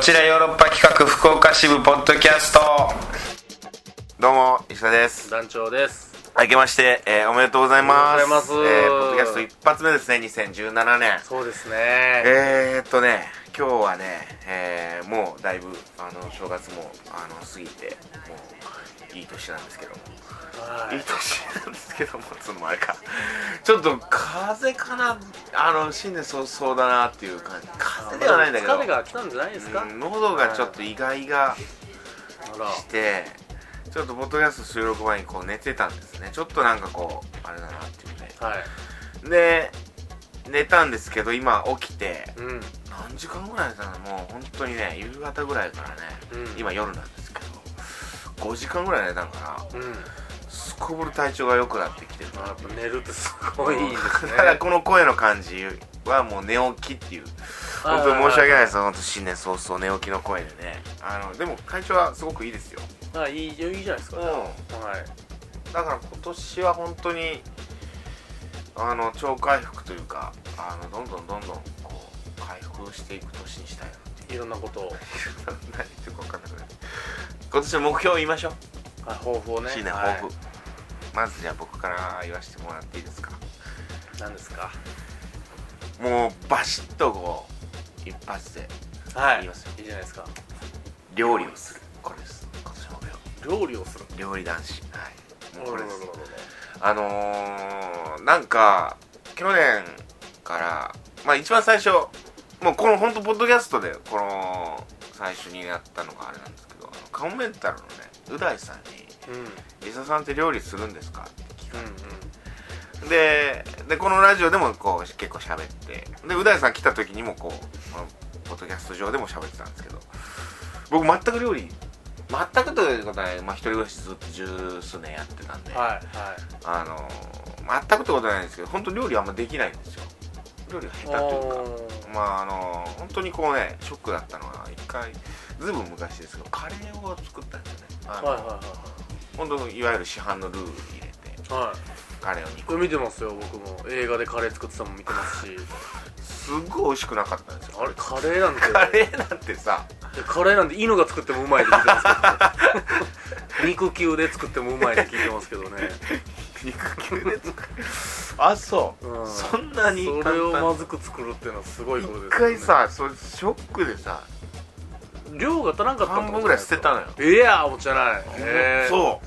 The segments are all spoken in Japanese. ちらヨーロッパ企画福岡支部ポッドキャストどうも石田です団長です明けまして、えーおめでとうございますおめでとうえーポッドございますキャスト一発目ですね2017年そうですねえー、っとね今日はね、えーもうだいぶあの正月もあの過ぎてもういい年なんですけどもはいい年なんですけどもつうのもあれかちょっと風邪かなあの新年早々だなっていう感じ風邪ではないんだけど疲れが来たんじゃないですか、うん喉がちょっと意外があらしてちょっとポッドキャスト収録前にこう寝てたんですねちょっとなんかこうあれだなっていうねはいで寝たんですけど今起きてうんうん何時間ぐらい寝たのもう本当にね夕方ぐらいからね、うん今夜なんですけど5時間ぐらい寝たのかうんなすこぶる体調が良くなってきてるまあなやっぱ寝るってすごいいい ですねだからこの声の感じはもう寝起きっていう本当に申し訳ないです本当新年早々寝起きの声でねあのでも体調はすごくいいですよあいいいいじゃないですか、はいんだから今年は本当にあの超回復というかあのどんどんどんどんこう回復していく年にしたいなっていろんなことをいう何言ってるか分かんなくなる今年の目標を言いましょうあ抱負をね新年抱負、まずじゃあ僕から言わせてもらっていいですかはい、なんですかもうバシッとこう一発ではいいいますよいいじゃないですか料理をするこれです今年の目標料理をする料理男子はいもうこれですおろろろろろあのー、なんか去年からまあ一番最初もうこの本当ポッドキャストでこの最初にやったのがあれなんですけどあのカモメンタルのねう大さんにうんうん「伊佐さんって料理するんですか?」って聞かれてででこのラジオでもこう結構喋ってでう大さん来た時にもこうこのポッドキャスト上でも喋ってたんですけど僕全く料理全くということはない、まあ、一人暮らしずっと十数年やってたんで、うんはいはあのー、全くってことないんですけど本当料理あんまできないんですよ料理がい下手というかおーまああのー、本当にこうねショックだったのは一回ずいぶん昔ですけどカレーを作ったんですよねあの、はいはい本当いわゆる市販のルーに入れてはいはいカレーを煮こ込れむ見てますよ僕も映画でカレー作ってたのも見てますしすっごい美味しくなかったんですよあれカレーなん てカレーなんてさいやカレーなんていいのが作ってもうまいって聞いてます けど肉球で作ってもうまいって聞いてますけどね肉球で作るあそう、うんそんなにそれをまずく作るっていうのはすごい一ことですよね回さそれショックでさ量が足らんかった半分ぐらい捨てたのよいやお茶ないへえそ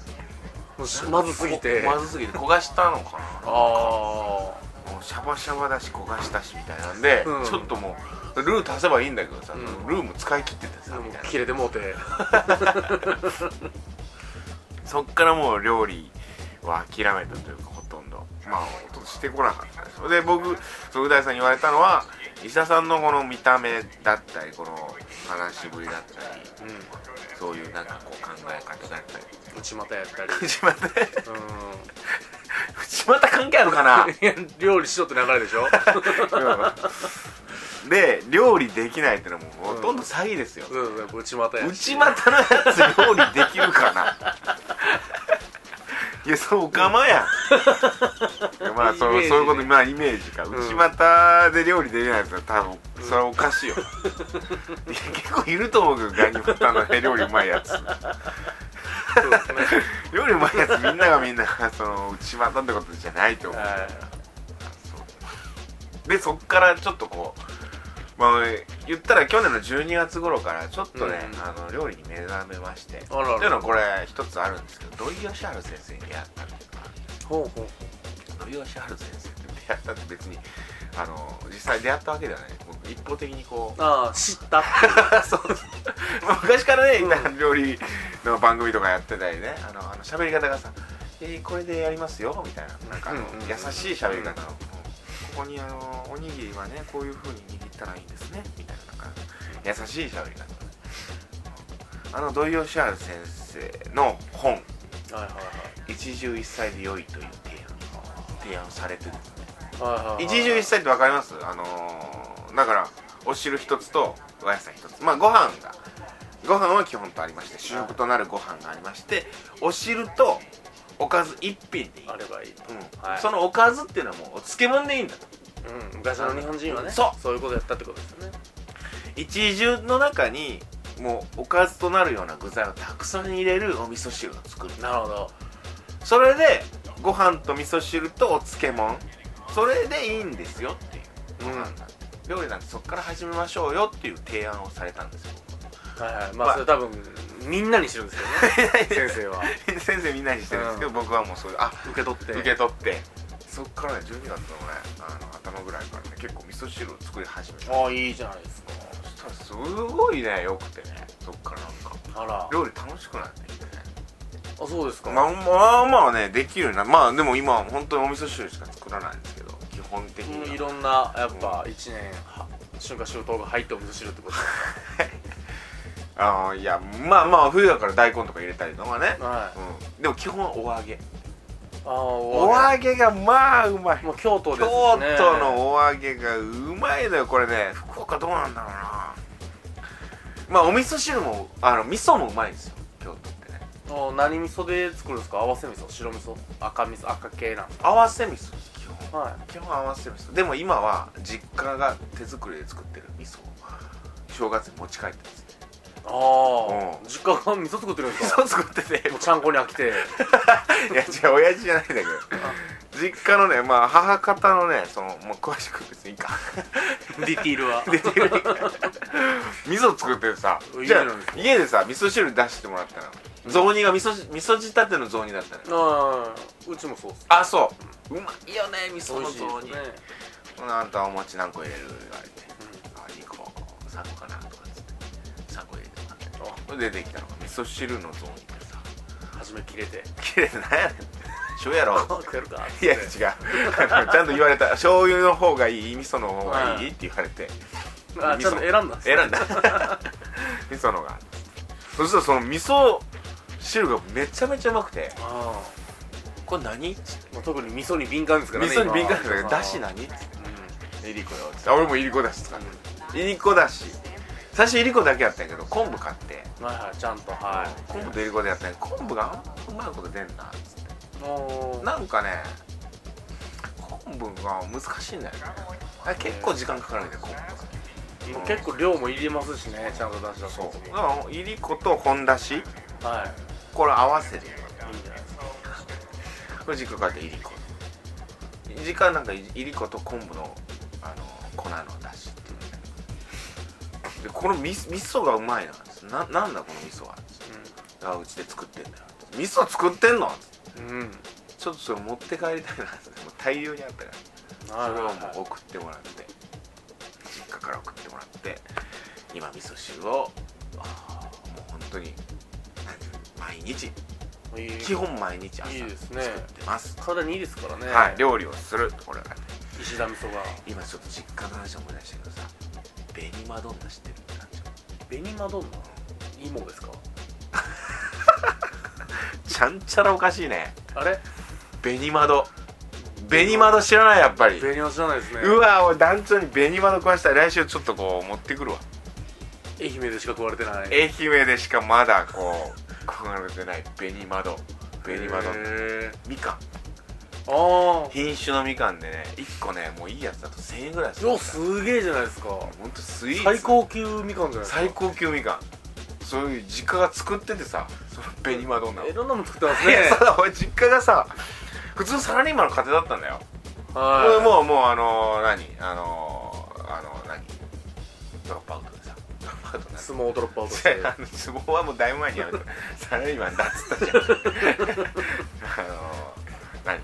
うもうしまずすぎてまずすぎて焦がしたのかなあもうシャバシャバだし焦がしたしみたいなんで、うんちょっともうルー足せばいいんだけどさ、うんルーも使い切っててあさみたいな切れてもうてそっからもう料理は諦めたというかほとんどまあほとんどしてこなかったですで僕それう大さんに言われたのは石田さんのこの見た目だったりこの話しぶりだったりうんそういうなんかこう考え方だったり内股やったり内股う内股関係あるかなんいや 料理しろって流れでしょ で料理できないってのはもうほとんど詐欺ですよ、そうそう内股やし内股のやつ料理できるかないやそうおかまやん まあそうイメージねそういうことまあイメージか、ん内股で料理できないやつは多分それはおかしいよ、 いや結構いると思うけどガニ股のね料理うまいやつそうですね料理うまいやつみんながみんなその内股ってことじゃないと思う、はそうでそっからちょっとこうまあ言ったら去年の12月頃からちょっとね、うんあの料理に目覚めましてあららっていうのはこれ一つあるんですけど土井善晴先生に出会ったっていうのがあるんですいほうほうけど土井善晴先生って出会ったって別にあの実際出会ったわけではない僕一方的にこうああ知ったってそうまあ昔からね、うんなんか料理の番組とかやってたりねあのあの喋り方がさ「えーこれでやりますよ」みたいななんかあの、うんうんうん優しい喋り方の、ここにあのおにぎりはねこういう風に握ったらいいんですね」みたいななんか優しい喋り方あの土井善晴先生の本はいはい「一汁一菜で良い」という提案提案をされてですねはいはいはいはい一汁一菜ってわかりますあのー、だからお汁一つとお野菜一つまあご飯がご飯は基本とありまして主食となるご飯がありましてお汁とおかず一品でいい、あればいいと、うんはいそのおかずっていうのはもうお漬物でいいんだとうん、昔の日本人はねそうそういうことやったってことですよね一汁の中にもうおかずとなるような具材をたくさん入れるお味噌汁を作るなるほどそれでご飯と味噌汁とお漬物それでいいんですよっていう、うん料理なんてそこから始めましょうよっていう提案をされたんですよはいはいままああそれ多分みんなにしてるんですよね 先生は 先生みんなにしてるんですけど、僕はもうそういうあ受け取って受け取ってそっからね12月のねあの頭ぐらいからね結構味噌汁を作り始めたああいいじゃないですかそしたらすごいねよくてねそっからなんかあら料理楽しくなってきてねあそうですか、まあまあまあねできるようになまあでも今は本当にお味噌汁しか作らないんですけど基本的には、いろんなやっぱ一年は春夏秋冬が入ってお味噌汁ってことですああいやまあまあ冬だから大根とか入れたりとかね、かはいうん、でも基本はお揚げああおお揚げがまあうまいもう京都です京ね都のお揚げがうまいのよこれね福岡どうなんだろうなまあお味噌汁もあの味噌もうまいんですよ京都ってねお何味噌で作るんですか合わせ味噌白味噌赤味噌赤系なんです合わせ味噌基本かはい基本合わせ味噌でも今は実家が手作りで作ってる味噌を正月に持ち帰って ますああ、うん実家が味噌作ってるんです味か噌作っててもうちゃんこに飽きて いや違う親父じゃないんだけど実家のねまあ母方のねそのもう詳しく別にいいか ディティールは出てる味噌作っててさいいじじゃなゃいですあ家でさ味噌汁出してもらったの雑煮が味噌汁味噌仕立ての雑煮だったのようんうちもそうっすあそううまいよね味噌美の味しいで雑す煮ねほなあんたお餅何個入れる言われてあ2個3個かなとかっつって3個入れてもらってそれで出てきたのが味噌汁の雑煮でさうん初め切れて綺麗なんやねん醤油やろあ食えるかいや違う あのちゃんと言われた醤油の方がいい味噌の方がいいはって言われてあちゃんと選んだんですね選んだ 味噌のがそしたらその味噌汁がめちゃめちゃうまくてあこれ何っつってあもう特に味噌に敏感ですから味ね噌に敏感だから今だし何っつっうていりこよっつって俺もいりこだし使っていりこだし最初いりこだけやったんやけど昆布買ってんはいはいちゃんとは昆布といりこでやったんやけど昆布があんまうまいこと出んなっつっていおーなんかね昆布が難しいんだよねあれ結構時間かかるんだよ昆布がもう結構量もいりますしねちゃんとだし出すそのう時だはからいりこと本だしいこれ合わせていいんじゃないですかこれ実家帰っていりこ実家なんかいいりこと昆布のあの粉のだしっていうでこの味味噌がうまいなななんだこの味噌はあうちで作ってんだよ味噌作ってんのうんうんちょっとそれ持って帰りたいなもう大量にあったからなそるれほをどもう送ってもらって実家から送ってもらって今味噌汁をあーもう本当に毎日いい基本毎日朝いい作っですねてます体にいいですからねはい料理をするこれがね石田味噌が今ちょっと実家の話思い出したけどさ紅マドンナ知ってるなんちゃ紅マドンナ芋ですか ちゃんちゃらおかしいねあれ紅マド紅マド知らないやっぱり紅マドじゃないですねうわ俺団長に紅マド食わしたい来週ちょっとこう持ってくるわ愛媛でしか食われてない愛媛でしかまだこう食われてない紅マド紅マドへみかんーあ品種のみかんでね1個ねもういいやつだと1000円ぐらいすあるよすげえじゃないですかほんとスイーツ最高級みかんじゃないですか最高級みかんそういう実家が作っててさその紅マドンナをいろんなもん作ってますいねや そうだ俺実家がさ普通のサラリーマンの家庭だったんだよ、はい俺もうもうあのー、何あのー、あのー、何ドロップアウトでさドロップアウトになって相撲ドロップアウトしじゃて ああの相撲はもうだいぶ前にやめた サラリーマンだっつったじゃん あのー、何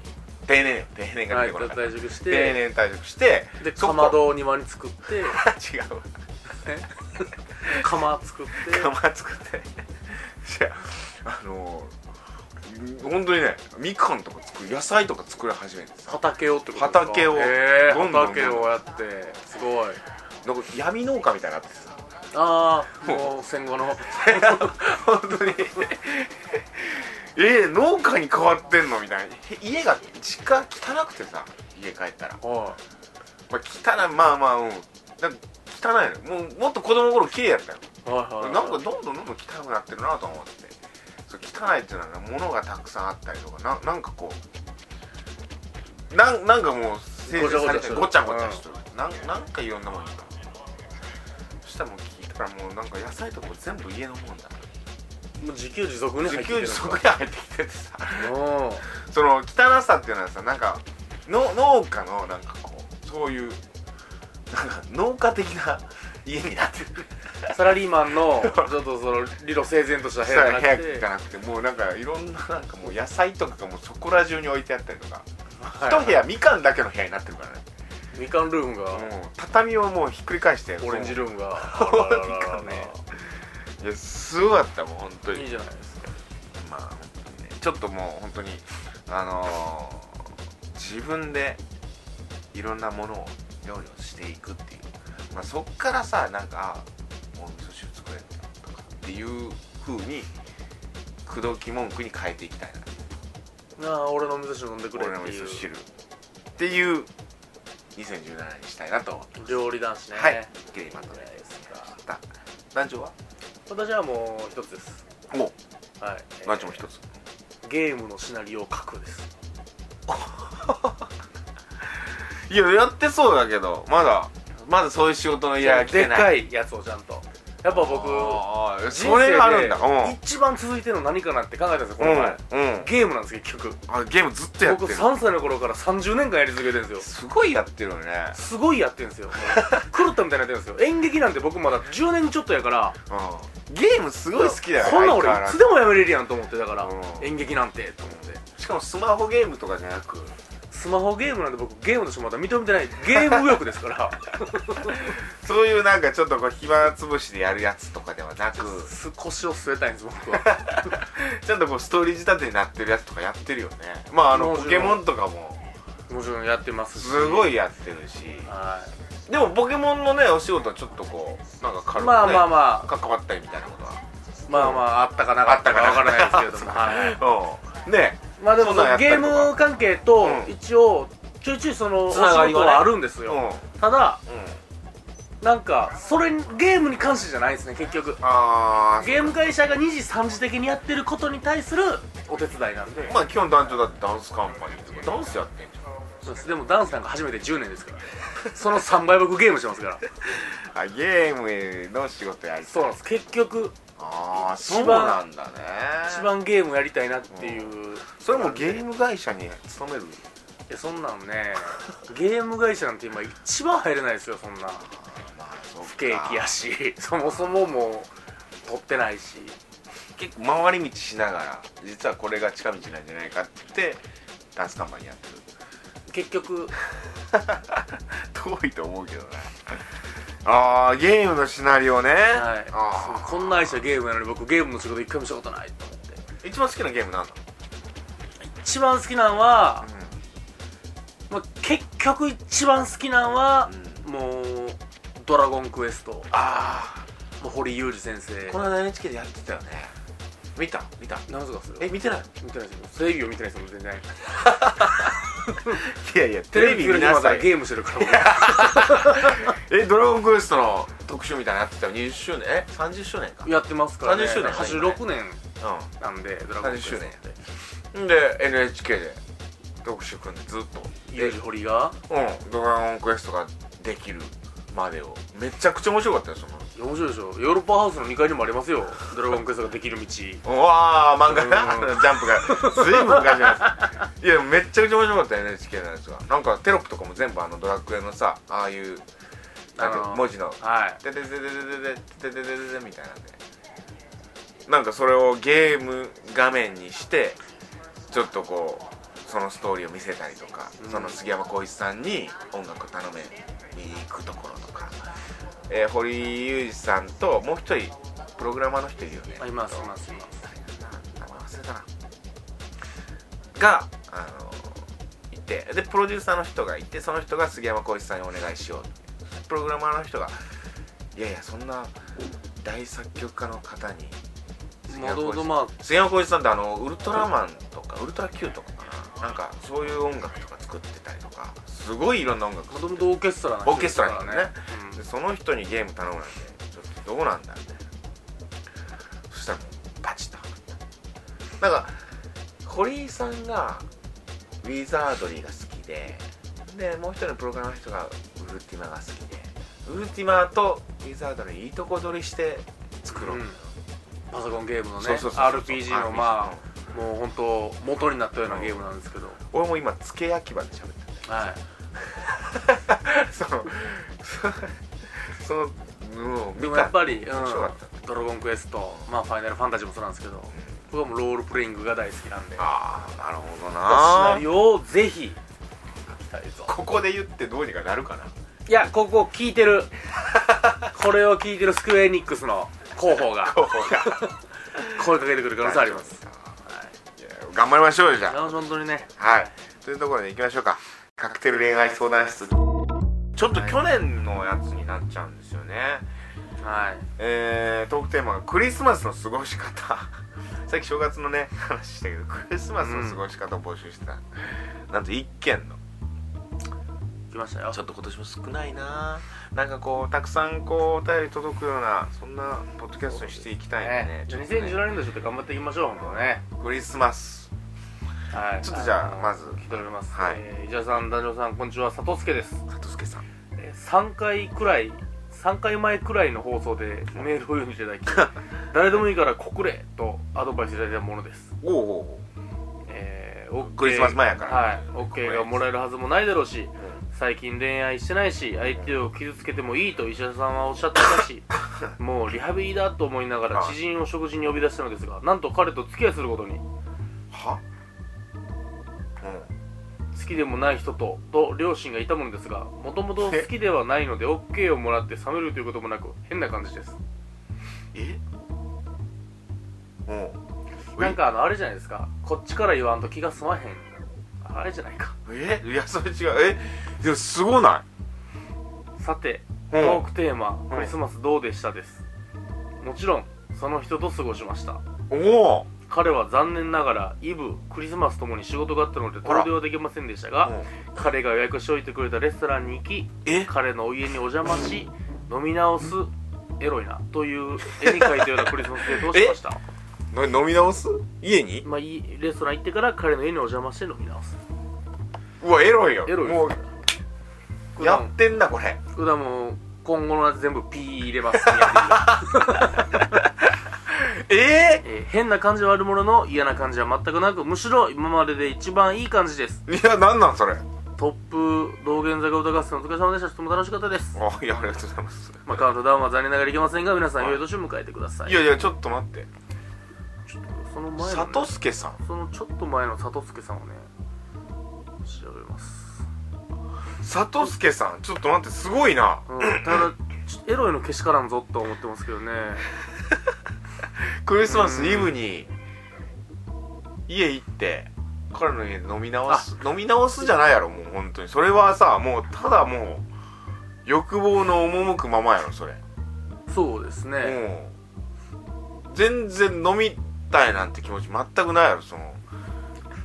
定年よ定年がは出ていこなかった、退職し定て年退職してでそかこまどを庭に作って 違うわ釜作って釜作 ってじゃああのー、本当にねみかんとか作る野菜とか作り始めてさ畑をってことですか畑をへーどんどんどんどん畑をやってすごいなんか闇農家みたいになっててさああもう戦後の本当に えー、農家に変わってんのみたいな家が実家汚くてさ家帰ったら、はまあ、汚いまあまあうんなんか汚いのもうもっと子供の頃綺麗やったよいはいはいなんかどんどんどんどん汚くなってるなと思ってそう汚いっていうのはね物がたくさんあったりとかななんかこうなんなんかもう整理されてごごちちゃゃごごちちゃゃししててるなんなんかいろんなもんいいかそしたらもうからもうなんか野菜とかも全部家のもんだもう自給自足に自入ってきて給る自足で入ってきててさおーその汚さっていうのはさなんかの農家のなんかこうそういうなんか農家的な家になってるサラリーマ ンのちょっとその理路整然とした部屋じゃな部屋くてじゃなくてもうなんかいろんななんかもう野菜とかがもうそこら中に置いてあったりとかはい一部屋みかんだけの部屋になってるからねみかんルームが、もう畳をもうひっくり返してオレンジルームが そうあらららららみかんねいやすごかったもう本当にいいじゃないですかまあ本当にねちょっともう本当にあのー自分でいろんなものを料理をしていくっていう、まあ、そっからさなんかあもう味噌汁作れるとかっていう風に口説き文句に変えていきたいななあ俺のお味噌汁飲んでくれっ俺のて味い噌う汁っていう2017にしたいなと思って、料理男子ね、はいゲーいムいとじゃないねですかた団長は私はもう一つですおうはい団長も一つゲームのシナリオを書くですいややってそうだけどまだまだそういう仕事の依頼が来でてっないかいやつをちゃんとやっぱ僕あー人それがあるんだ生で一番続いてるの何かなって考えたんですよこうんうのん前、うんゲームなんです結局あゲームずっとやって僕る3歳の頃から30年間やり続けてるんですよすごいやってるよねすごいやってるんですよ狂ったみたいになってるんですよ演劇なんて僕まだ10年ちょっとやからうんゲームすごい好きだよねこんなん相変わ俺いらずつでもやめれるやんと思ってだから、うん演劇なんてと思ってしかもスマホゲームとかじゃなくスマホゲームなんて僕ゲームとしてまだ認めてないゲーム右翼ですからそういうなんかちょっとこう暇つぶしでやるやつとかではなく腰を据えたいんです僕は ちゃんとこうストーリー仕立てになってるやつとかやってるよねまああのもちろんポケモンとかももちろんやってますしすごいやってるしはでもポケモンのねお仕事はちょっとこうなんか軽く、いね、まあまあまあ関わったりみたいなことはまあまああったかなかったかわからないですけれども はいはいうんねまあでそもんなんやったりゲとーかム関係とうん一応ちょいちょいそのお仕つ事ながりはねはあるんですえよただうんなんかそれゲームに関してじゃないですね結局ああゲーム会社が2時3時的にやってることに対するお手伝いなんで、まあ基本団長だってダンスカンパニーとかダンスやってんじそうですでもダンスなんか初めて10年ですからその3倍僕ゲームしてますかゃらんあゲームの仕事やり そうなんです結局ああそ一番うなんだね一番ゲームやりたいなっていう、それもゲーム会社に勤めるいやそんなんねゲーム会社なんて今一番入れないですよそんなまあそう不景気やし そもそももう取ってないし結構回り道しながら実はこれが近道なんじゃないかって言ってダンスカンパニーやってる 結局遠いと思うけどねああゲームのシナリオね、はいあそうこんな会社ゲームやのに僕ゲームの仕事一回もしたことないと思ってー一番好きなゲームなんだ、一番好きなんは、うんまあ、結局一番好きなんは、もう「ドラゴンクエスト」あもう堀裕二先生あこの間 NHK でやってたよね見た見た何ですかそれえ見てない見てないですよテレビを見てないですもん全然いやいや テテレレビビ見見る暇なまさだいゲームしてるからえドラゴンクエストの特集みたいなのやってたよ20周年え30周年か僕 やってますからね30周年86年うなんでドラゴンクエスト30周って年んで NHK で特集組んでずっとで裕二堀がうんドラゴンクエストができるまでをめちゃくちゃ面白かったよそのいや面白いでしょヨーロッパハウスの2階にもありますよドラゴンクエストができる道うわあ漫画なうんジャンプがずいぶん昔のや ついやめっちゃくちゃ面白かった NHK のやつはなんかテロップとかも全部あのドラクエのさああいうなんあかの文字のはいでででででででででででみたいなんでなんかそれをゲーム画面にしてちょっとこうそのストーリーを見せたりとか、うんその杉山浩一さんに音楽を頼めに行くところとか、えー堀裕二さんともう一人プログラマーの人いるよねあいますいますいます名前忘れたながあのいてでプロデューサーの人がいてその人が杉山浩一さんにお願いしようってプログラマーの人がいやいやそんな大作曲家の方に杉も山とも浩と一ま杉山浩一さんってあのウルトラマンとかウルトラ Q とかかななんかそういう音楽とか作ってたりとかすごいいろんな音楽あもともとオーケストラなんオーケストラなんだねうんでその人にゲーム頼むなんてちょっとどうなんだみたいなそしたらもうバチッとハマったなんか堀井さんがウィザードリーが好きででもう一人のプログラマーの人がウルティマが好きでウウルティマとウィザードのいいとこ取りして作ろう、うんパソコンゲームのねそうそうそうそう RPG のまあもう本当元になったようなゲームなんですけど、俺も今付け焼き場で喋ってたはい そのそのそのもうで見もたやっぱり、うん面白かったドラゴンクエスト、まあ、ファイナルファンタジーもそうなんですけど、僕はもうロールプレイングが大好きなんで、シああなるほどナリなオをぜひ書きたいぞ。ここで言ってどうにかなるかないや、ここ聞いて る、これを聞いてるスクエアエニックスの広 報が候補が声かけてくる可能性あります。いや頑張りましょうよじゃあな本当にね、はいというところでいきましょうかカクテル恋愛相談室ちょっと去年のやつになっちゃうんですよね、はい、えー、トークテーマがクリスマスの過ごし方 さっき正月のね話したけどクリスマスの過ごし方を募集してた、なんと1件の来ましたよち。ょっと今年も少ないななんかこうたくさんこうお便り届くようなそんなポッドキャストにしていきたいんでねね、ちょっとね2017年度ちょっと頑張っていきましょう、本当ね。クリスマスはい、ちょっとじゃあのまず聞いております。はいえー、伊沢さん、男女さん、こんにちは、佐藤助です。加藤助さんえー3回くらい3回前くらいの放送でメールを読んでいただき 誰でもいいから告れとアドバイスいただいたものです、おうおうおうえー OK クリスマス前やからはい OK がもらえるはずもないだろうし最近恋愛してないし相手を傷つけてもいいと医者さんはおっしゃってい たしもうリハビリだと思いながらはい知人を食事に呼び出したのですがなんと彼と付き合いすることには好きでもない人とと両親がいたものですがもともと好きではないので OK をもらって冷めるということもなく変な感じですえうんなんかあのあれじゃないですかこっちから言わんと気が済まへんあれじゃないかえいやそれ違うえでもすごないさてトうんークテーマ、うんクリスマスどうでしたですもちろんその人と過ごしましたおお彼は残念ながらイブクリスマスともに仕事があったのであら遠出はできませんでしたが彼が予約しておいてくれたレストランに行きえ彼のお家にお邪魔し飲み直すエロいなという絵に描いたようなクリスマスデートをしましたの飲み直す家にまあいいレストラン行ってから彼の家にお邪魔して飲み直すうわエロいよエロいもうやってんだこれ普段も今後のやつ全部ピー入れます、リハえビリ えー変な感じはあるものの嫌な感じは全くなくむしろ今までで一番いい感じですいやなんなんそれトップ道玄坂歌合戦お疲れ様でしたとても楽しかったです、あいやありがとうございますまあ、カウントダウンは残念ながらいけませんが皆さんはい良い年を迎えてくださいいやいやちょっと待ってちょっとその前の、里ね、助さんそのちょっと前の里助さんをね調べます、里助さんちょっと待ってすごいなうん、ただちょっとエロいのけしからんぞとは思ってますけどねクリスマスイブに家行って彼の家で飲み直す飲み直すじゃないやろもう本当にそれはさもうただもう欲望の赴くままやろそれそうですね、もう全然飲みたいなんて気持ち全くないやろその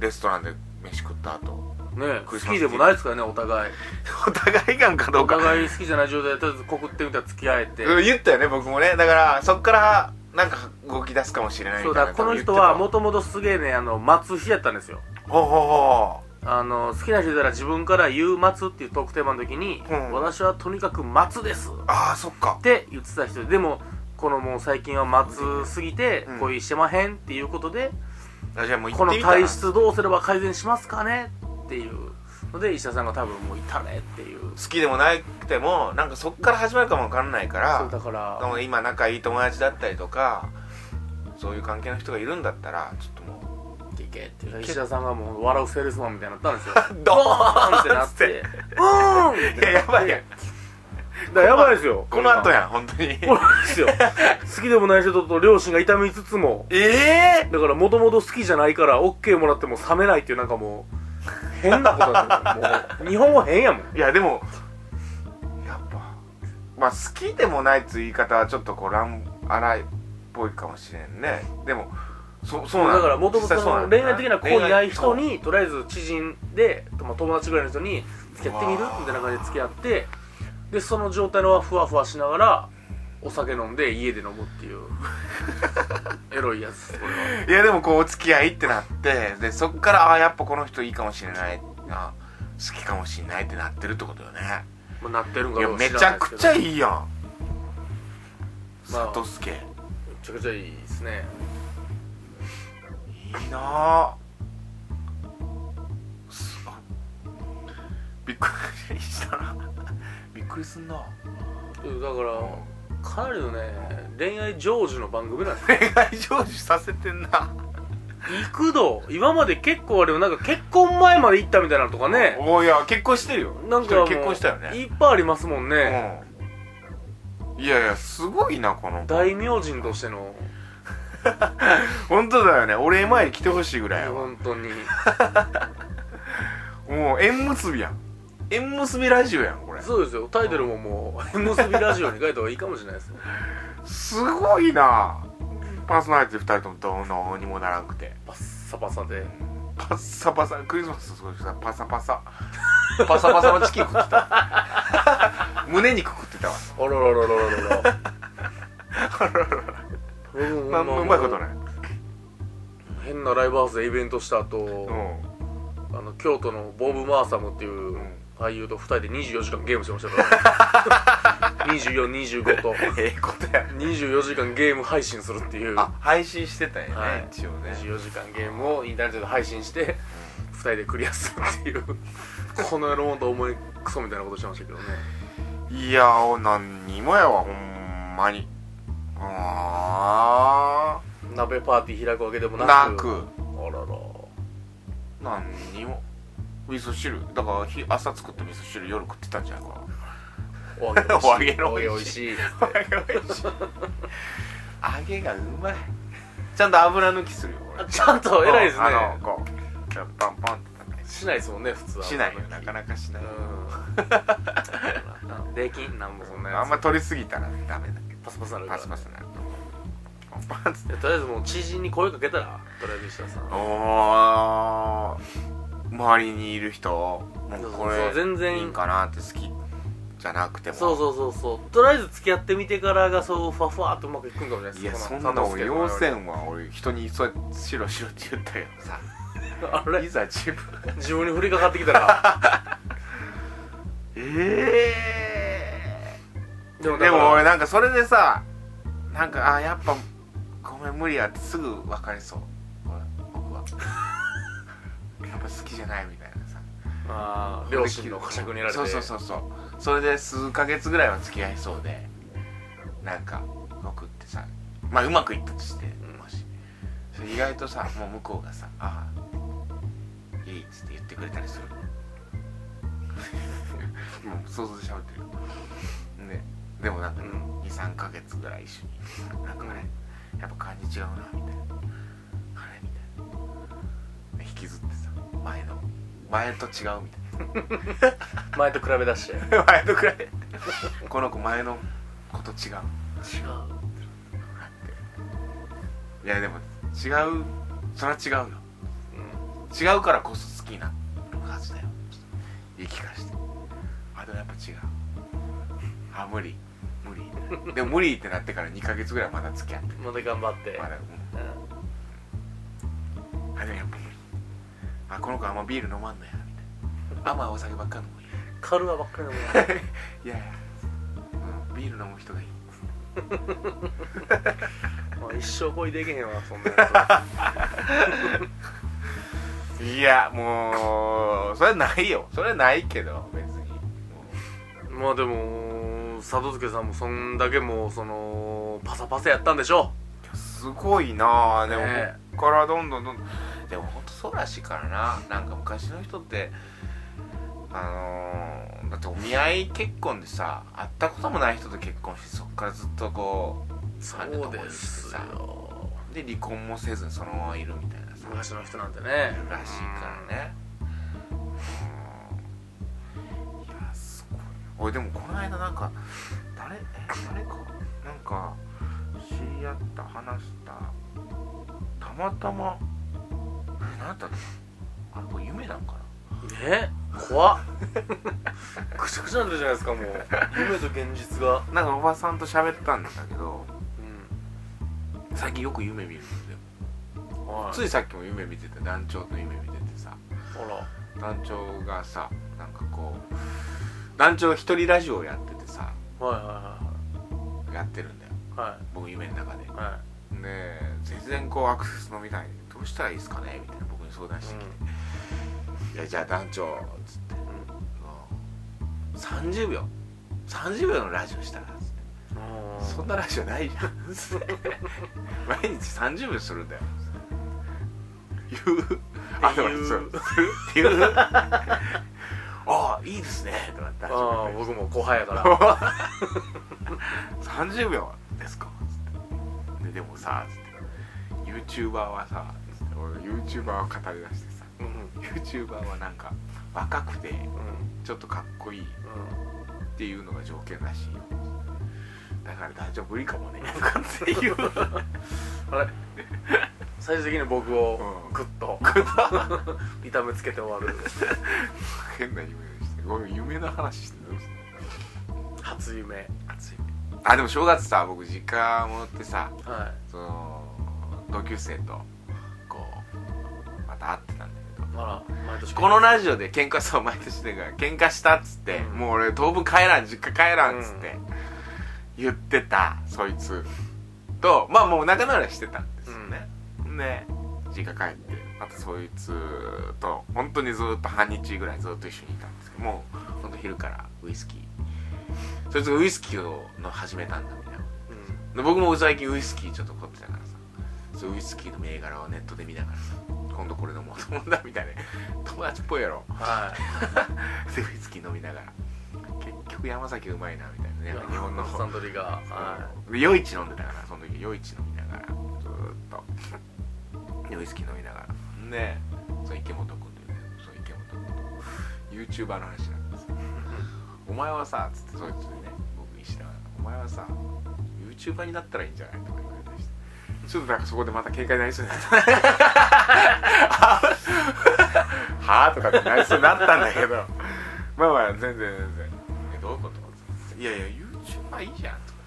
レストランで飯食った後 ねク好リスマスきでもないですからねお互いお互いがんかどおうか互い好きじゃない状態でとりあえず告ってみたら付き合えて、うん言ったよね僕もねだからそっからなんか動き出すかもしれないそみうたいだなこの人はもとともとすげえねあの待つ日やったんですよほうほうほあの好きな人いたら自分から言う「待つ」っていうトークテーマの時に「うん私はとにかく待つです」うああそっかって言ってた人ででもこのもう最近は待つすぎてうん恋してまへんっていうことで、あじゃあもう行こっのてみたら体質どうすれば改善しますかねっていうので医者さんが多分もういたねっていう好きでもなくてもなんかそっから始まるかもわかんないかそうらだからでも今仲いい友達だったりとかそういう関係の人がいるんだったらちょっともうっていけって石田さんがもう笑うセールスマンみたいになったんですよ ドーンってなってうーんっていややばいやんだからやばいですよこの後ややん本当にこの後ですよ好きでもない人と両親が痛みつつもええだからもともと好きじゃないから OK もらっても冷めないっていうなんかもう変なことだもう日本語変やもんいやでもやっぱまあ好きでもないっていう言い方はちょっとこう乱荒いっぽいかもしれんねでもそそうなんだからもともと実際そうなんだ恋愛的な恋ない人にとりあえず知人でまあ友達ぐらいの人に付き合ってみるうわーみたいな感じで付き合ってでその状態のままふわふわしながらお酒飲んで家で飲むっていう エロいやつこれはいやでもこうお付き合いってなってでそっからああやっぱこの人いいかもしれないあ好きかもしれないってなってるってことよねまもうなってるんいかやどうかめ知らちなゃいですけくどちゃいいやんまあ佐藤助めちゃくちゃいいですねいいなあすあびっくりしたなびっくりす んなうんだからかなりのね恋愛成就の番組なんですよ恋愛成就させてんな幾度今まで結構あれよなんか結婚前まで行ったみたいなのとかねおいや結婚してるよなんか一人もう結婚したよねいっぱいありますもんね、うんいやいやすごいなこの大名人としての本当だよね俺前に来てほしいぐらいやわ本当にもう縁結びやん縁結びラジオやんこれそうですよタイトルももう「縁結びラジオ」に書いた方がいいかもしれないですねすごいなパーソナリティ2人ともどうのにもならんくてパッサパサでパッサパサクリスマスすごいさパサパサパサパサのチキン食ってた胸肉食ってたわあらららららららうんなんもうまいことない変なライブハウスでイベントした後、うんあの京都のボブ・マーサムっていううん俳優と2人で24時間ゲームしてましたから、ね、2425とええことや24時間ゲーム配信するっていうあ配信してたんやね、はい一応ね24時間ゲームをインターネットで配信して2人でクリアするっていうこの世のもんと思いクソみたいなことしてましたけどねいやー何にもやわほんまにあ鍋パーティー開くわけでもあななくくあらら何にも味噌汁だからひ朝作った味噌汁夜食ってたんじゃないかおお揚揚げげのの美味しい美味しい揚げ美味しい揚げがうまい ちゃんと油抜きするよあ俺ちゃんと偉いですねあのこうちょパンパンって叩いしないですもんね普通てはしないよなかなかしない、うんできんなんもそんなやつあんま取りすぎたらダメだけどパスパスなるかパらスパスなるパンパンっていやとりあえずもう知人に声かけたらとりあえず石田さんあー周りにいる人もそううこそれう全然いいんかなって好きじゃなくてもそうそうそうそうとりあえず付き合ってみてからがそうふわふわっとうまくいくんかもしれないですやそんなこの俺要線は俺人にそうやってしろしろって言ったけどさあいれざ自分自分に降りかかってきたらえ でもでだからも俺なんかそれでさなんかあーやっぱごめん無理やってすぐ別れそう俺僕は やっぱ好きじゃないみたいなさあー両親の呵責にやられてそうそうそうそうそれで数ヶ月ぐらいは付き合いそうでなんか僕ってさまあうまくいったとしてもしそれ意外とさもう向こうがさ「ああいい」っつって言ってくれたり するもう想像で喋ってるよねでもなんか、うねん23ヶ月ぐらい一緒にいてさなんかねやっぱ感じ違うなみたいなあれみたいなで引きずってさ前の前と違うみたいな前と比べ出して違う前のくらいこの子前の子と違ういやでも違うそれは違うよ違うからこそ好きになるはずだよ言い聞かしてあでもやっぱ違うあ無理無理でも無理ってなってから2ヶ月ぐらいまだ付き合ってうんまだ頑張って、まだ、うんうんあでもやっぱ無理あこの子あんまビール飲まんのやみたいなあんまお酒ばっか飲むカルアばっかりのもんいやいや、うん、ビール飲む人がいい まあ一生恋できへんわそんなやつはいやもうそれはないよそれはないけど別に まあでも佐藤助さんもそんだけもうそのパサパサやったんでしょすごいなあでもこねっからどんどんどんどんでもほんとそうらしいからななんか昔の人ってあのー、だってお見合い結婚でさ会ったこともない人と結婚してそっからずっとこそうですようで離婚もせずそのままいるみたいなさ昔の人なんていねるらしいからねうんいやすごいおいでもこの間なんか誰え誰かなんか知り合った話したたまたまえ何だったっけあれこれ夢なんかなえ怖っ くちゃくちゃになってるじゃないですかもう夢と現実がなんかおばさんと喋ったんだけどうん最近よく夢見るんだよはいついさっきも夢見てた団長と夢見ててさほら団長がさなんかこう団長一人ラジオやっててさはいはやってるんだよいは僕夢の中でいはいはで全然こうアクセス伸びないどうしたらいいですかねみたいな僕に相談してきて「いやじゃあ団長」つって、うん30秒30秒のラジオしたら」つっていうんそんなラジオない じゃんつって毎日30秒するんだよ言うあでも言うそう言う ああいいですねとかってああ僕も後輩や から30秒ですかつってででもさつって YouTuber はさつって俺 YouTuber を語り出してさうんうん YouTuber はなんか若くてちょっとかっこいいっていうのが条件らしいよだから大丈夫無理かもねとかっていうあれ最終的に僕をうんグッと痛めつけて終わる変な夢でしたごめん夢の話してどうした初夢暑いあでも正月さ僕実家戻ってさはその同級生とこうまた会ってたんだけどいあら毎年このラジオで喧嘩そう毎年だから喧嘩したっつって、うんもう俺当分帰らん実家帰らんっつって、言ってたそいつとまあもう仲直りはしてたんですよね、で実家帰ってまたそいつと本当にずっと半日ぐらいずっと一緒にいたんですけどもう本当昼からウイスキーそいつがウイスキーをの始めたんだみたいなうんで僕も最近ウイスキーちょっと凝ってたからさそうウイスキーの銘柄をネットで見ながらさ今度これ飲もうと思うんだみたいな 友達っぽいやろ はでウイスキー飲みながら結局山崎うまいなみたいいなね日本のスタンドリーがはで夜市飲んでたからその時夜市飲みながらずーっとでウイスキー飲みながらでその池本君というねその池本君と YouTuber の話なんですお前はさ」つってそいつにね僕石田が「お前はさ YouTuber になったらいいんじゃない?」とか言われたりしてちょっとなんかそこでまた警戒になりそうになった はあとかってなりそうになったんだけどまあまあ全然全然えどういうこといやいや YouTuber いいじゃん」とか言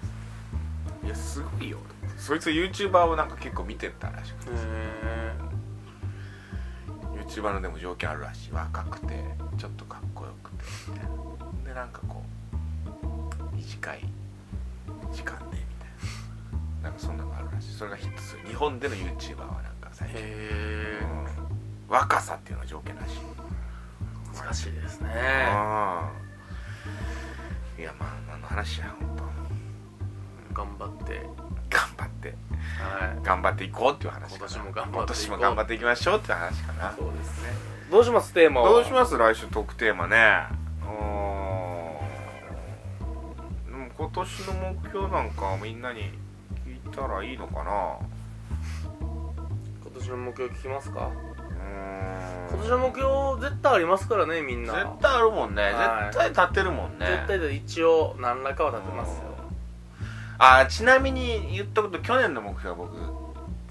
っていやすごいよ」そいつ YouTuber をなんか結構見てたらしくいてへえ YouTuber のでも条件あるらしい若くてちょっとかっこよくてみたいなでなんかこう短い時間でみたいななんかそんなのがあるらしいそれがヒットする日本での YouTuber はなんか最へ近、えうん若さっていうのが条件らしい、難しいですねうんいやまあ何の話や本当頑張って頑張ってはい頑張っていこうっていう話かな今年も頑張っていこう今年も頑張っていきましょうっていう話かなそうですねどうしますテーマはどうします来週トークテーマねうーんでも今年の目標なんかみんなに聞いたらいいのかな今年の目標聞きますかうーん今年の目標絶対ありますからねみんな絶対あるもんねはい絶対立ってるもんね絶対で一応何らかは立てますよあーちなみに言っとくと去年の目標は僕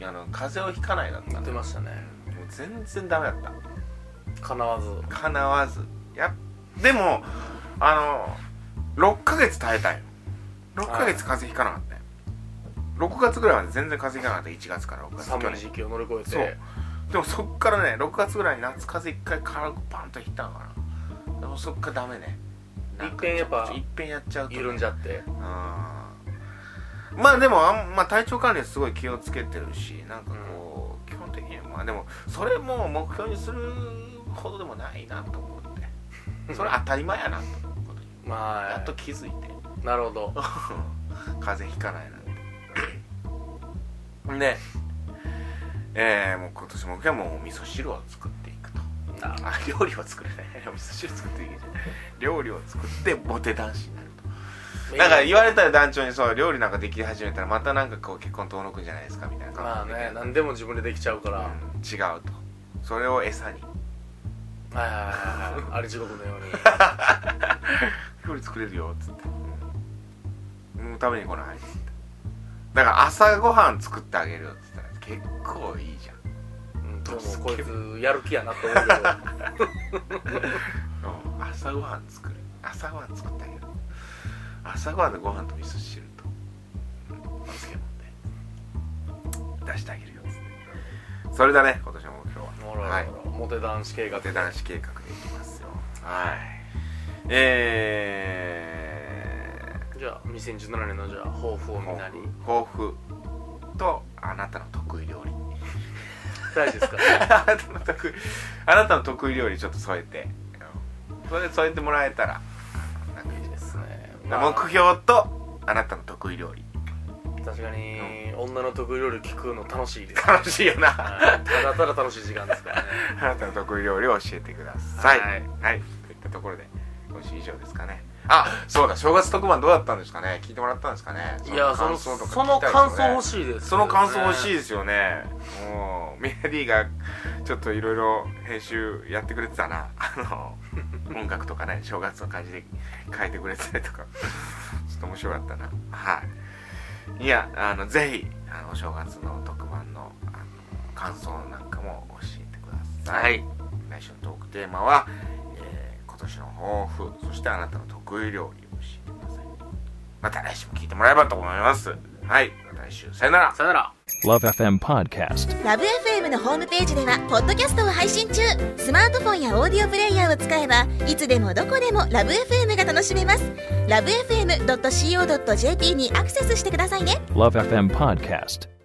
あの風邪をひかないだった言んっでてもうましたね全然ダメだったかなわずうんかなわずやっでもあの6ヶ月耐えたよ6ヶ月風邪ひかなかったよ6月ぐらいまで全然風邪ひかなかった1月から6月寒い時期を乗り越えそてうでもそっからね6月ぐらいに夏風邪1回軽くパンとひったのかなでもそっからダメねなんかいっぺんやっぱちょといっぺんやっちゃうとね、緩んじゃってうんまあでもあん、まあ、体調管理はすごい気をつけてるしなんかこう、基本的にはまあでもそれも目標にするほどでもないなと思 ってそれ当たり前やなと思うことにやまっあと気づいてなるほど風邪ひかないなんてでえー、もう今年も今日はもうお味噌汁を作っていくとなあ料理は作れないお味噌汁作っていけない料理を作ってボテ男子になるとなんか言われたら団長にそう料理なんかでき始めたらまたなんかこう結婚遠のくんじゃないですかみたいなまあ感じで、ね何でも自分でできちゃうからはいうん違うとそれを餌にはいはいはいあれ地獄の ように料理作れるよっつって、うん、もう食べに来ないっつってだから朝ごはん作ってあげるよっつったら結構いいじゃん、うんでもこいつやる気やなと思うけうどん朝ごはん作る朝ごはん作ってあげる朝ごはんでご飯と味噌汁とうんお漬物で出してあげるよっつってそれだね今年の目標はおろおろおろモテ男子計画手男子計画でいきますよはいえじゃあ2017年のじゃあ抱負をー、みんなに抱負とあなたの得意料理大事ですかあなたの得意あなたの得意料理ちょっと添えてうんそれで添えてもらえたらなんかいいいでいです すね、まあ目標とあなたの得意料理確かに女の得意料理聞くの楽しいです、楽しいよなはいただただ楽しい時間ですからね あなたの得意料理を教えてくださいははいい、といったところで今週以上ですかねあそうだ正月特番どうだったんですかね聞いてもらったんですかねいやその感想とかそ聞のきたいですよ感ね想欲しいです、その感想欲しいいですよね。うん、メアリーがちょっといろいろ編集やってくれてたな。 あの音楽とかね、正月の感じで書いてくれてたりとか、ちょっと面白かったな。はい。いや、あのぜひあのお正月の特番のあの感想なんかも教えてください。はい。来週のトークテーマは、えー今年の抱負、そしてあなたの得意料理を教えてください。また来週も聞いてもらえればと思います。はい、また来週さよなら。さよなら Love FM Podcast. ラブ f m のホームページではポッドキャストを配信中スマートフォンやオーディオプレイヤーを使えばいつでもどこでもラブ f m が楽しめますラブ FM.co.jp にアクセスしてくださいね Love FM Podcast.